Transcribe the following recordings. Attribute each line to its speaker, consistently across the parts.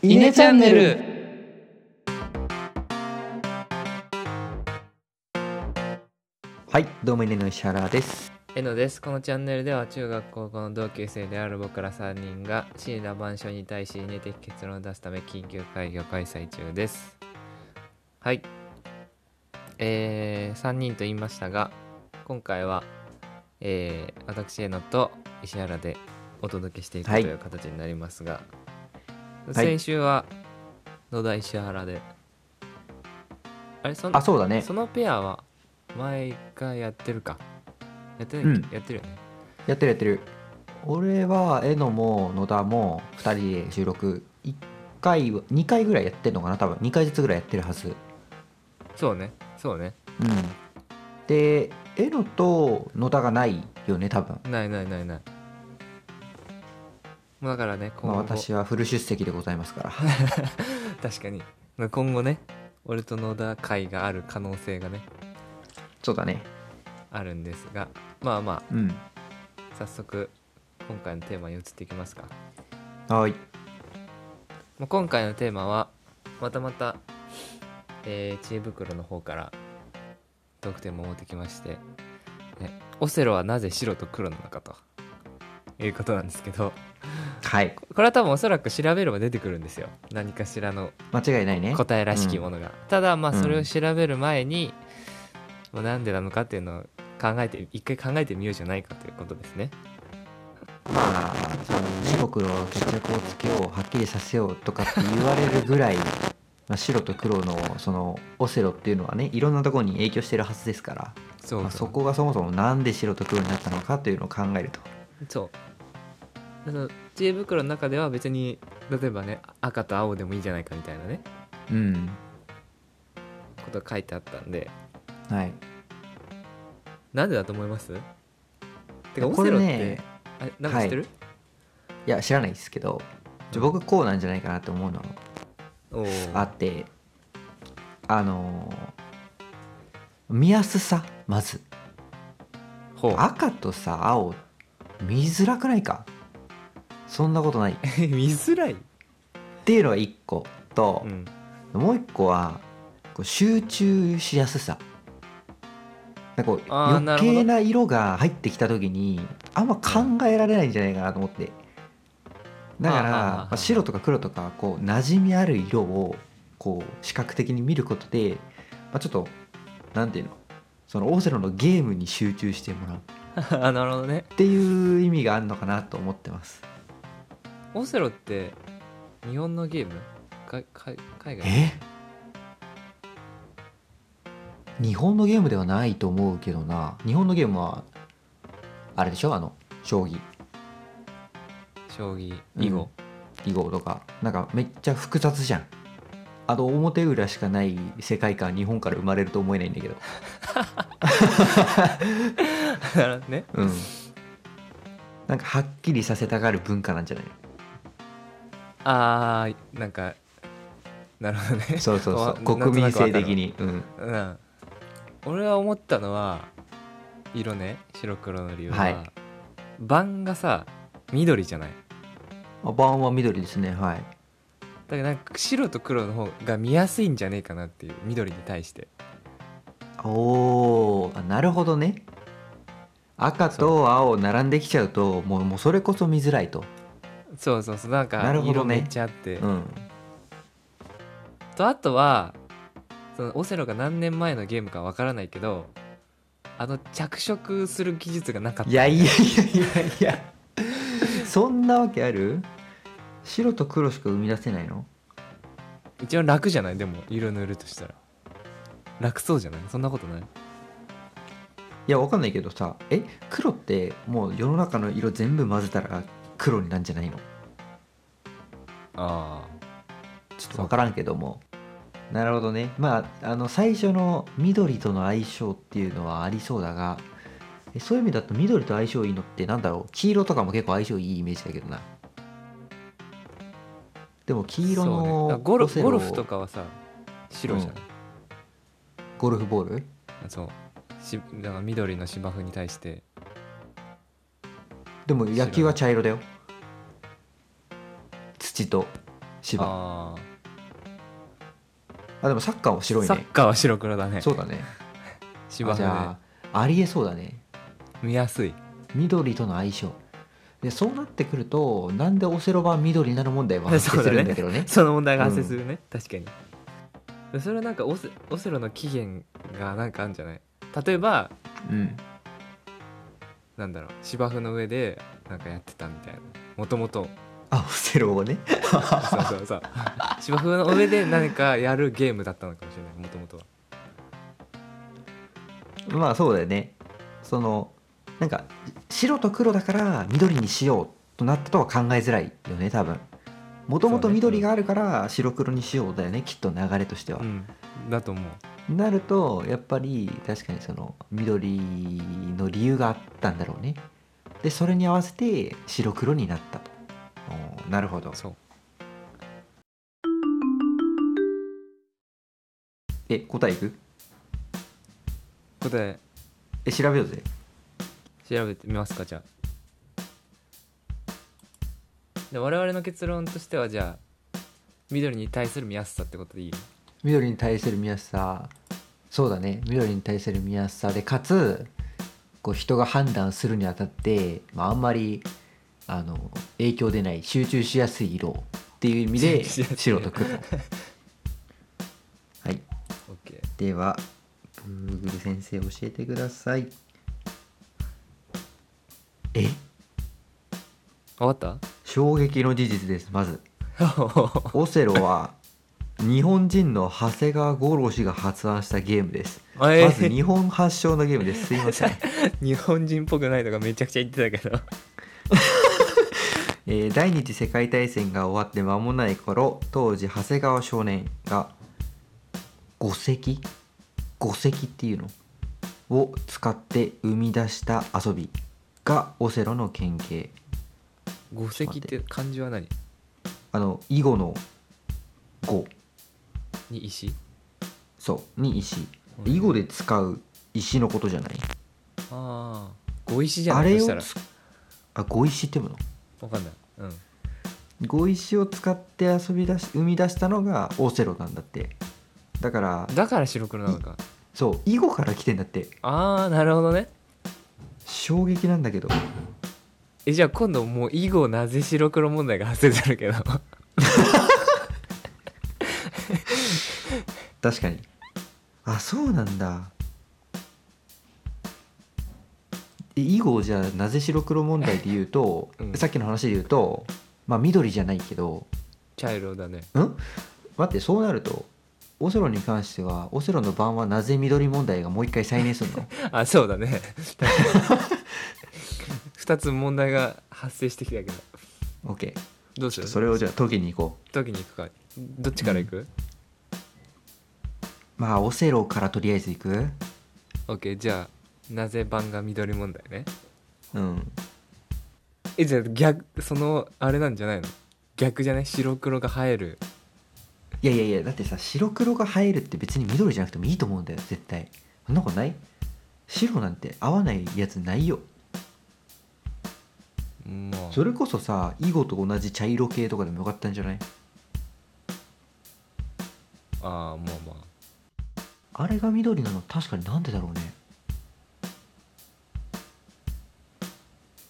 Speaker 1: イネチャンネル
Speaker 2: はい、どうも、イネの石原です。
Speaker 1: えのですこのチャンネルでは中学高校の同級生である僕ら3人が椎名万象に対しイネ的結論を出すため緊急会議を開催中ですはいえー、3人と言いましたが今回は、えー、私えのと石原でお届けしていくと
Speaker 2: はい
Speaker 1: いう形になりますが、
Speaker 2: い
Speaker 1: 先週は野田石原であれそん
Speaker 2: あ、そうだね
Speaker 1: そ。のペアは毎回やってるかやってない、
Speaker 2: うん
Speaker 1: やってるよね
Speaker 2: やってるやってる。俺は、えのも野田も2人で収録、1回、2回ぐらいやってんのかな、多分2回ずつぐらいやってるはず。
Speaker 1: そうねそうね
Speaker 2: うん。で、えのと野田がないよね、多分
Speaker 1: ないないないないもうだからね今
Speaker 2: まあ、
Speaker 1: 後、
Speaker 2: 私はフル出席でございますから。
Speaker 1: 確かに今後ね俺と野田会がある可能性がね
Speaker 2: そうだね。
Speaker 1: あるんですがまあま
Speaker 2: うん。
Speaker 1: あ早速今回のテーマに移っていきますか、
Speaker 2: はい。
Speaker 1: まあ、今回のテーマはまたまた、えー、知恵袋の方から得点も持ってきまして、ね、オセロはなぜ白と黒なのかということなんですけど
Speaker 2: はい。
Speaker 1: これは多分おそらく調べれば出てくるんですよ何かしらの
Speaker 2: 間違いないね。
Speaker 1: 答えらしきものが、ただまあ
Speaker 2: うん
Speaker 1: それを調べる前に、まあなんでなのかっていうのを考えて一回考えてみようじゃないかということですね
Speaker 2: まあ、その白黒の決着をつけようはっきりさせようとかって言われるぐらい、まあ、白と黒のそのオセロっていうのはねいろんなところに影響してるはずですから、
Speaker 1: そうそう、
Speaker 2: まあ、そこがそもそもなんで白と黒になったのかというのを考えると
Speaker 1: そうあの知恵袋の中では別に例えばね赤と青でもいいじゃないかみたいなね
Speaker 2: うん
Speaker 1: ことが書いてあったんで
Speaker 2: はい
Speaker 1: なんでだと思いますてかオ
Speaker 2: これ
Speaker 1: セロって、
Speaker 2: ね
Speaker 1: あれなんか知ってる、
Speaker 2: いや知らないですけどちょ
Speaker 1: うん
Speaker 2: 僕こうなんじゃないかなと思うの
Speaker 1: おー
Speaker 2: あってあのー見やすさまず
Speaker 1: ほう
Speaker 2: 赤とさ青見づらくないかそんなこと ない
Speaker 1: 見づらい、
Speaker 2: っていうのが1個と
Speaker 1: う、ん、
Speaker 2: もう1個はこう集中しやすさなんかこう
Speaker 1: あーな
Speaker 2: 余
Speaker 1: るほど
Speaker 2: 計な色が入ってきた時にあんま考えられないんじゃないかなと思ってだから
Speaker 1: はあはあはあ
Speaker 2: まあ白とか黒とかこう馴染みある色をこう視覚的に見ることで、まあ、ちょっとなんていうのそのオセロのゲームに集中してもらうっ
Speaker 1: あなるほどね
Speaker 2: ていう意味があるのかなと思ってます
Speaker 1: オセロって日本のゲームかか海外
Speaker 2: え日本のゲームではないと思うけどな日本のゲームはあれでしょあの将棋
Speaker 1: 将棋囲碁、
Speaker 2: 囲碁とかなんかめっちゃ複雑じゃんあと表裏しかない世界観日本から生まれると思えないんだけど
Speaker 1: なるほどね
Speaker 2: うんなんかはっきりさせたがる文化なんじゃないの
Speaker 1: あーなんかなるほどね
Speaker 2: そうそうそ
Speaker 1: わ
Speaker 2: う 国民性的
Speaker 1: なん
Speaker 2: にうん
Speaker 1: となくわかるうん俺は思ったのは色ね白黒の理由は、
Speaker 2: はい
Speaker 1: 盤がさ緑じゃない
Speaker 2: あ盤は緑ですねはい
Speaker 1: だからなんか白と黒の方が見やすいんじゃねえかなっていう緑に対して
Speaker 2: おーあなるほどね赤と青並んできちゃうともうもうそれこそ見づらいと、
Speaker 1: そうそうそうなんか
Speaker 2: なるほ
Speaker 1: 色
Speaker 2: どね
Speaker 1: めっちゃあって、
Speaker 2: うん、
Speaker 1: とあとはそのオセロが何年前のゲームかわからないけどあの着色する技術がなかった
Speaker 2: いやいやいやいやいやそんなわけある白と黒しか生み出せないの
Speaker 1: 一番楽じゃないでも色塗るとしたら楽そうじゃないそんなことない
Speaker 2: いやわかんないけどさえ黒ってもう世の中の色全部混ぜたら黒になるんじゃないの
Speaker 1: あ
Speaker 2: ちょっと分からんけどもなるほどねまああの最初の緑との相性っていうのはありそうだがえそういう意味だと緑と相性いいのってなんだろう黄色とかも結構相性いいイメージだけどなでも黄色の、
Speaker 1: ゴル
Speaker 2: オセ
Speaker 1: ゴルフとかはさ白じゃない、
Speaker 2: ゴルフボール
Speaker 1: そうしだから緑の芝生に対して
Speaker 2: でも野球は茶色だよ土と千葉
Speaker 1: あ
Speaker 2: あでもサッカーは
Speaker 1: ー
Speaker 2: 白い
Speaker 1: サ
Speaker 2: ね
Speaker 1: ッカーは白黒だね
Speaker 2: そうだね
Speaker 1: 芝
Speaker 2: あじ
Speaker 1: 生
Speaker 2: ゃあありえそうだね
Speaker 1: で見やすい
Speaker 2: 緑との相性でそうなってくるとなんでオセロ版緑なの問題は発生
Speaker 1: そう
Speaker 2: す
Speaker 1: だね
Speaker 2: るんだけど ね
Speaker 1: その問題が発生するね、確かにでそれはなんかオセオセロの起源がなんかあるんじゃない例えば
Speaker 2: うん
Speaker 1: なんだろう芝生の上でなんかやってたみたいなも ともと
Speaker 2: あオセロをね
Speaker 1: そうそうそう芝生の上で何かやるゲームだったのかもしれないもともとは
Speaker 2: まあそうだよねそのなんか白と黒だから緑にしようとなったとは考えづらいよね多分もともと
Speaker 1: そうね
Speaker 2: 緑があるから白黒にしようだよねきっと流れとしては
Speaker 1: う、んだと思う
Speaker 2: なるとやっぱり確かにその緑の理由があったんだろうねでそれに合わせて白黒になったとおーなるほど
Speaker 1: そう
Speaker 2: え答えいく
Speaker 1: 答え
Speaker 2: え調べようぜ
Speaker 1: 調べてみますかじゃあで我々の結論としてはじゃあ緑に対する見やすさってことでいい
Speaker 2: 緑に対する見やすさそうだね緑に対する見やすさでかつこう人が判断するにあたって、まあ、あんまりあの影響出ない集中しやすい色っていう意味で
Speaker 1: 集中しやすい
Speaker 2: 白と黒はい
Speaker 1: オッケ
Speaker 2: では Google 先生教えてくださいえ
Speaker 1: ーわかっ
Speaker 2: 衝撃の事実ですま ず
Speaker 1: た
Speaker 2: オセロは日本人の長谷川五郎氏が発案したゲームです
Speaker 1: あえー
Speaker 2: まず日本発祥のゲームですすいません、
Speaker 1: 日本人っぽくないとかめちゃくちゃ言って たけど
Speaker 2: えー第二次世界大戦が終わって間もない頃当時長谷川少年が五石五石っていうのを使って生み出した遊びがオセロの原型
Speaker 1: 五石って漢字は何
Speaker 2: あの囲碁の碁
Speaker 1: に石
Speaker 2: そうに石
Speaker 1: うん
Speaker 2: 囲碁で使う石のことじゃない
Speaker 1: ああ五石じゃ
Speaker 2: あ
Speaker 1: ない
Speaker 2: れ
Speaker 1: そ
Speaker 2: を
Speaker 1: したら
Speaker 2: つあ碁石ってもの
Speaker 1: わかんないうん
Speaker 2: 碁石を使って遊び出し生み出したのがオセロなんだってだから
Speaker 1: だから白黒なのか
Speaker 2: そう囲碁から来てんだって
Speaker 1: ああなるほどね
Speaker 2: 衝撃なんだけど
Speaker 1: えじゃあ今度もう以後なぜ白黒問題が発生す るけど
Speaker 2: 確かにあそうなんだえ囲碁をじゃあなぜ白黒問題で言うと、
Speaker 1: うん
Speaker 2: さっきの話で言うとまあ緑じゃないけど
Speaker 1: 茶色だね
Speaker 2: ん待ってそうなるとオセロに関してはオセロの版はなぜ緑問題がもう一回再燃する の
Speaker 1: あそうだね二つ問題が発生してきたけど
Speaker 2: ?OK
Speaker 1: どうする
Speaker 2: それをじゃあ解きに行こう
Speaker 1: 時に行くかどっちから行く、
Speaker 2: まあオセロからとりあえず行く
Speaker 1: オッケーじゃあなぜ版が緑問題ね
Speaker 2: うん
Speaker 1: えじゃあ逆そのあれなんじゃないの逆じゃない白黒が映える
Speaker 2: いやいやいやだってさ白黒が入るって別に緑じゃなくてもいいと思うんだよ絶対そんなことない白なんて合わないやつないよ
Speaker 1: も
Speaker 2: それこそさ囲碁と同じ茶色系とかでもよかったんじゃないう
Speaker 1: ああもうま
Speaker 2: あれが緑なの確かになんでだろうね
Speaker 1: あ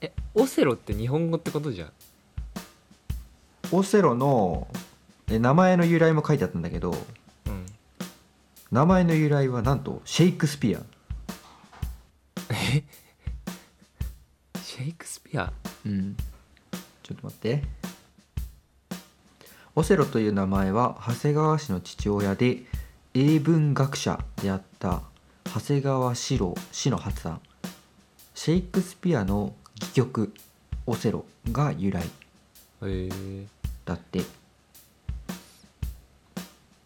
Speaker 1: えオセロって日本語ってことじゃん
Speaker 2: オセロのえ名前の由来も書いてあったんだけど
Speaker 1: うん
Speaker 2: 名前の由来はなんとシェイクスピア
Speaker 1: シェイクスピア
Speaker 2: うんちょっと待ってオセロという名前は長谷川氏の父親で英文学者であった長谷川四郎氏の発案シェイクスピアの戯曲「オセロ」が由来
Speaker 1: へえ
Speaker 2: だって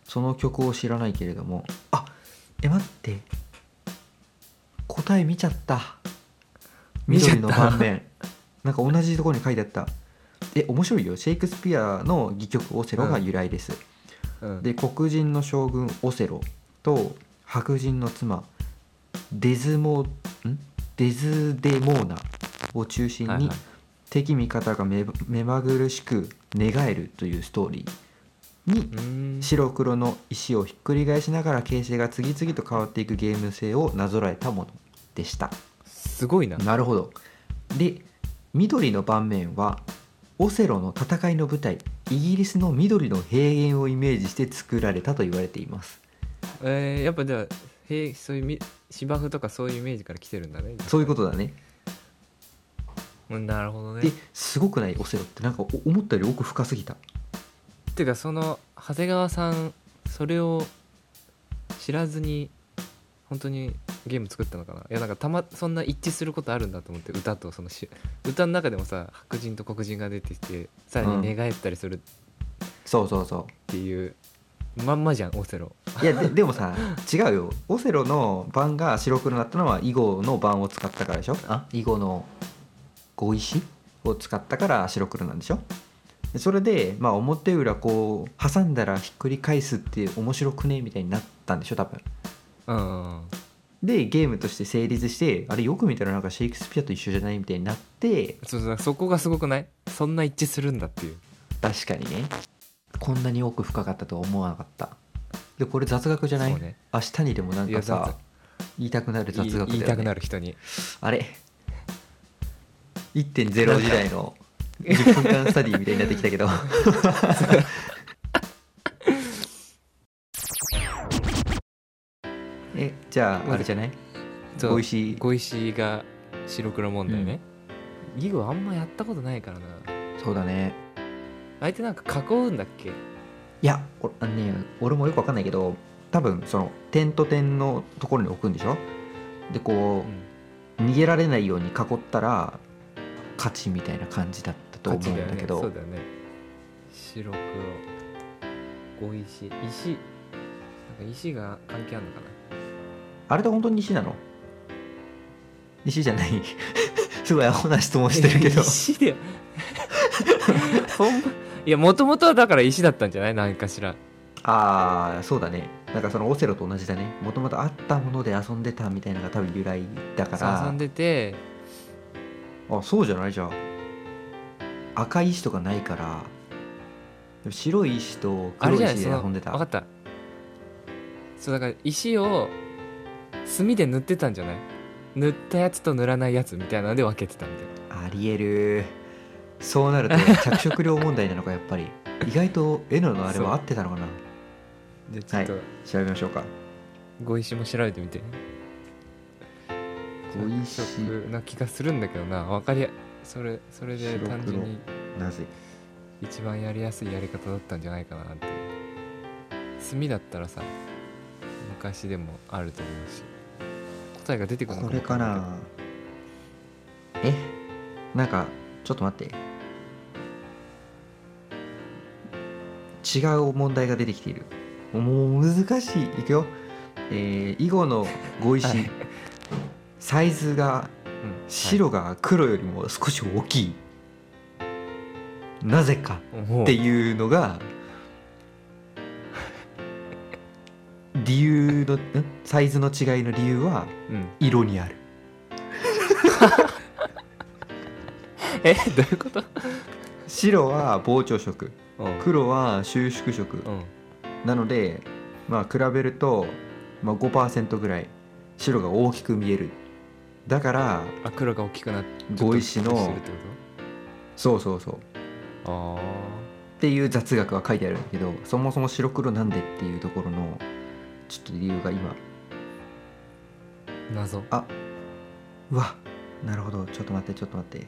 Speaker 2: その曲を知らないけれどもあえ待って答え見ちゃった
Speaker 1: 見ちゃった
Speaker 2: 緑の盤面なんか同じところに書いてあったえ面白いよシェイクスピアの戯曲「オセロ」が由来です、
Speaker 1: うん
Speaker 2: で黒人の将軍オセロと白人の妻デズモんデズデモーナを中心に、
Speaker 1: はいはい
Speaker 2: 敵味方が目目まぐるしく寝返るというストーリーに
Speaker 1: うーん
Speaker 2: 白黒の石をひっくり返しながら形勢が次々と変わっていくゲーム性をなぞらえたものでした
Speaker 1: すごいな
Speaker 2: なるほどで緑の盤面はオセロの戦いの舞台イギリスの緑の平原をイメージして作られたと言われています
Speaker 1: えー、やっぱじゃあへいそういうみ芝生とかそういうイメージから来てるんだね
Speaker 2: そういうことだね
Speaker 1: うんなるほどね
Speaker 2: で、すごくないオセロってなんかお思ったより奥深すぎた
Speaker 1: てかその長谷川さんそれを知らずに本当にゲーム作ったのかないやなんかたまそんな一致することあるんだと思って歌とそのし歌の中でもさ白人と黒人が出てきてさらに寝返ったりするっ
Speaker 2: そうそうそ
Speaker 1: ていう、まんまじゃんオセロ
Speaker 2: ういやででもさ違うよオセロの盤が白黒になったのは囲碁の盤を使ったからでしょあ囲碁の碁石を使ったから白黒なんでしょでそれで、まあ、表裏こう挟んだらひっくり返すって面白くねみたいになったんでしょ多分
Speaker 1: うんうんうん
Speaker 2: でゲームとして成立してあれよく見たらなんかシェイクスピアと一緒じゃないみたいになって
Speaker 1: そうそうそこがすごくないそんな一致するんだっていう
Speaker 2: 確かにねこんなに奥深かったとは思わなかったでこれ雑学じゃない、
Speaker 1: そうね
Speaker 2: 明日にでもなん
Speaker 1: いや
Speaker 2: か
Speaker 1: 雑
Speaker 2: さ言いたくなる雑
Speaker 1: 言い
Speaker 2: 学だよ、ね、
Speaker 1: 言いたくなる人に
Speaker 2: あれ1.0時代の10分間スタディみたいになってきたけど えじゃああれじゃない
Speaker 1: そう
Speaker 2: 美味しい
Speaker 1: 碁石が白黒問題ね、ギグはあんまやったことないからな
Speaker 2: そうだね
Speaker 1: 相手なんか囲うんだっけ
Speaker 2: いやおあのね俺もよくわかんないけど多分その点と点のところに置くんでしょでこ
Speaker 1: うん
Speaker 2: う逃げられないように囲ったら勝ちみたいな感じだったと思うんだけど
Speaker 1: 勝ちだよねそうだよね白黒碁石石なんか石が関係あるのか
Speaker 2: あれって本当に石なの石じゃない すごいアホな質問してるけ
Speaker 1: な
Speaker 2: ど
Speaker 1: 石でほんまいやもともとはだから石だったんじゃない何かしら
Speaker 2: ああそうだねなんかそのオセロと同じだねもともとあったもので遊んでたみたいなのが多分由来だか
Speaker 1: 遊
Speaker 2: ら
Speaker 1: んでて
Speaker 2: あそうじゃないじゃん赤い石とかないからでも白い石と
Speaker 1: あ
Speaker 2: 黒
Speaker 1: れじ
Speaker 2: い
Speaker 1: ゃない
Speaker 2: 石
Speaker 1: そ
Speaker 2: で
Speaker 1: の
Speaker 2: 遊んで
Speaker 1: 分
Speaker 2: た
Speaker 1: かったそうだから石を墨で塗ってたんじゃない塗ったやつと塗らないやつみたいなので分けてたみたいな
Speaker 2: ありえるそうなると 着色料問題なのかやっぱり意外と絵のあれは合ってたのかな
Speaker 1: じゃあちょっと
Speaker 2: 調べましょうか
Speaker 1: 碁石も調べてみて
Speaker 2: 小石
Speaker 1: 色な気がするんだけどな分かりやそれそれで
Speaker 2: 白黒
Speaker 1: 単純に
Speaker 2: なぜ
Speaker 1: 一番やりやすいやり方だったんじゃないかなって墨だったらさ昔でもあると思うし答えが出てくるの
Speaker 2: これ
Speaker 1: も
Speaker 2: か
Speaker 1: わんい
Speaker 2: なえなんかちょっと待って違う問題が出てきているもう難しいいくよえー囲碁の碁石、
Speaker 1: はい
Speaker 2: サイズが
Speaker 1: けどうんはい
Speaker 2: 白が黒よりも少し大きい、なぜか
Speaker 1: もう
Speaker 2: っていうのが理由のんサイズの違いの理由は
Speaker 1: うん
Speaker 2: 色にある
Speaker 1: えどういうこと
Speaker 2: 白は膨張色
Speaker 1: うん
Speaker 2: 黒は収縮色
Speaker 1: うん
Speaker 2: なのでまあ比べると、まあ、5%ぐらい白が大きく見えるだから
Speaker 1: あ黒が大きくなって
Speaker 2: 碁石
Speaker 1: ちょっと
Speaker 2: の
Speaker 1: 大きくしてるって
Speaker 2: そうそうそうっ
Speaker 1: ことあ
Speaker 2: ていう雑学は書いてあるんだけどそもそも白黒なんでっていうところのちょっと理由が今
Speaker 1: あ謎
Speaker 2: あうわなるほどちょっと待ってちょっと待って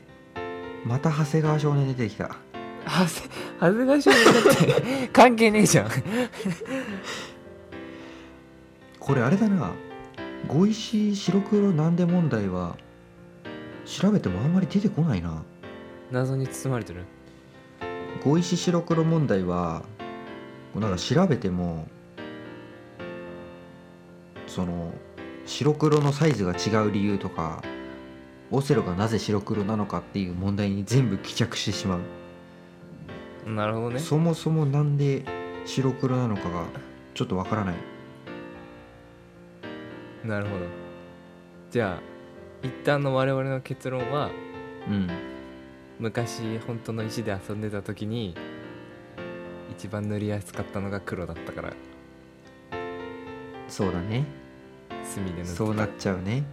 Speaker 2: また長谷川少年出てきた
Speaker 1: はず恥ずかしい だって関係ねえじゃん
Speaker 2: これあれだな「碁石白黒なんで問題は」調べてもあんまり出てこないな
Speaker 1: 謎に包まれてる
Speaker 2: 「碁石白黒問題は」なんか調べてもその白黒のサイズが違う理由とかオセロがなぜ白黒なのかっていう問題に全部帰着してしまう
Speaker 1: なるほどね
Speaker 2: そもそもなんで白黒なのかがちょっとわからない
Speaker 1: なるほどじゃあ一旦の我々の結論は
Speaker 2: うん
Speaker 1: 昔本当の石で遊んでた時に一番塗りやすかったのが黒だったから
Speaker 2: そうだね
Speaker 1: 墨で塗ってた
Speaker 2: そうなっちゃうね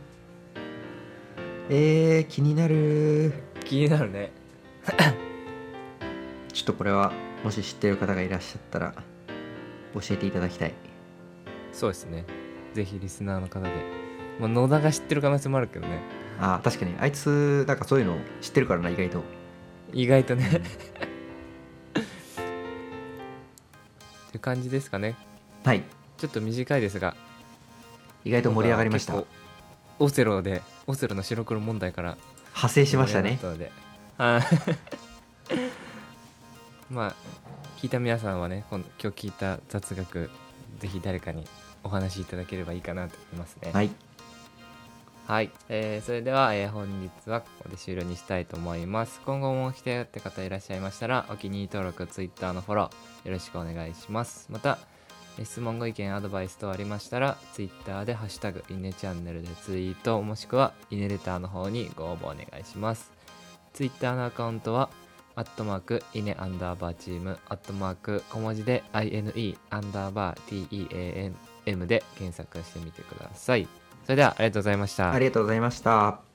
Speaker 2: えー、気になる
Speaker 1: 気になるね
Speaker 2: ちょっとこれはもし知ってる方がいらっしゃったら教えていただきたい
Speaker 1: そうですねぜひリスナーの方で、まあ、野田が知ってる可能性もあるけどね
Speaker 2: あー確かにあいつなんかそういうの知ってるからな意外と
Speaker 1: 意外とね っていう感じですかね
Speaker 2: はい
Speaker 1: ちょっと短いですが
Speaker 2: 意外と盛り上がりました
Speaker 1: 結構オセロでオセロの白黒問題から
Speaker 2: 派生しましたね
Speaker 1: 盛り上がったのではい まあ聞いた皆さんはね今今日聞いた雑学ぜひ誰かにお話しいただければいいかなと思いますね
Speaker 2: はい
Speaker 1: はい、えーそれでは、えー本日はここで終了にしたいと思います今後も来てよって方いらっしゃいましたらお気に入り登録 Twitter のフォローよろしくお願いしますまたえー質問ご意見アドバイス等ありましたら Twitter で「ハッシュタグいねチャンネル」でツイートもしくはいねレターの方にご応募お願いします Twitter のアカウントはアットマークいねアンダーバーチームアットマーク小文字で INE アンダーバー TEAM で検索してみてくださいそれではありがとうございました
Speaker 2: ありがとうございました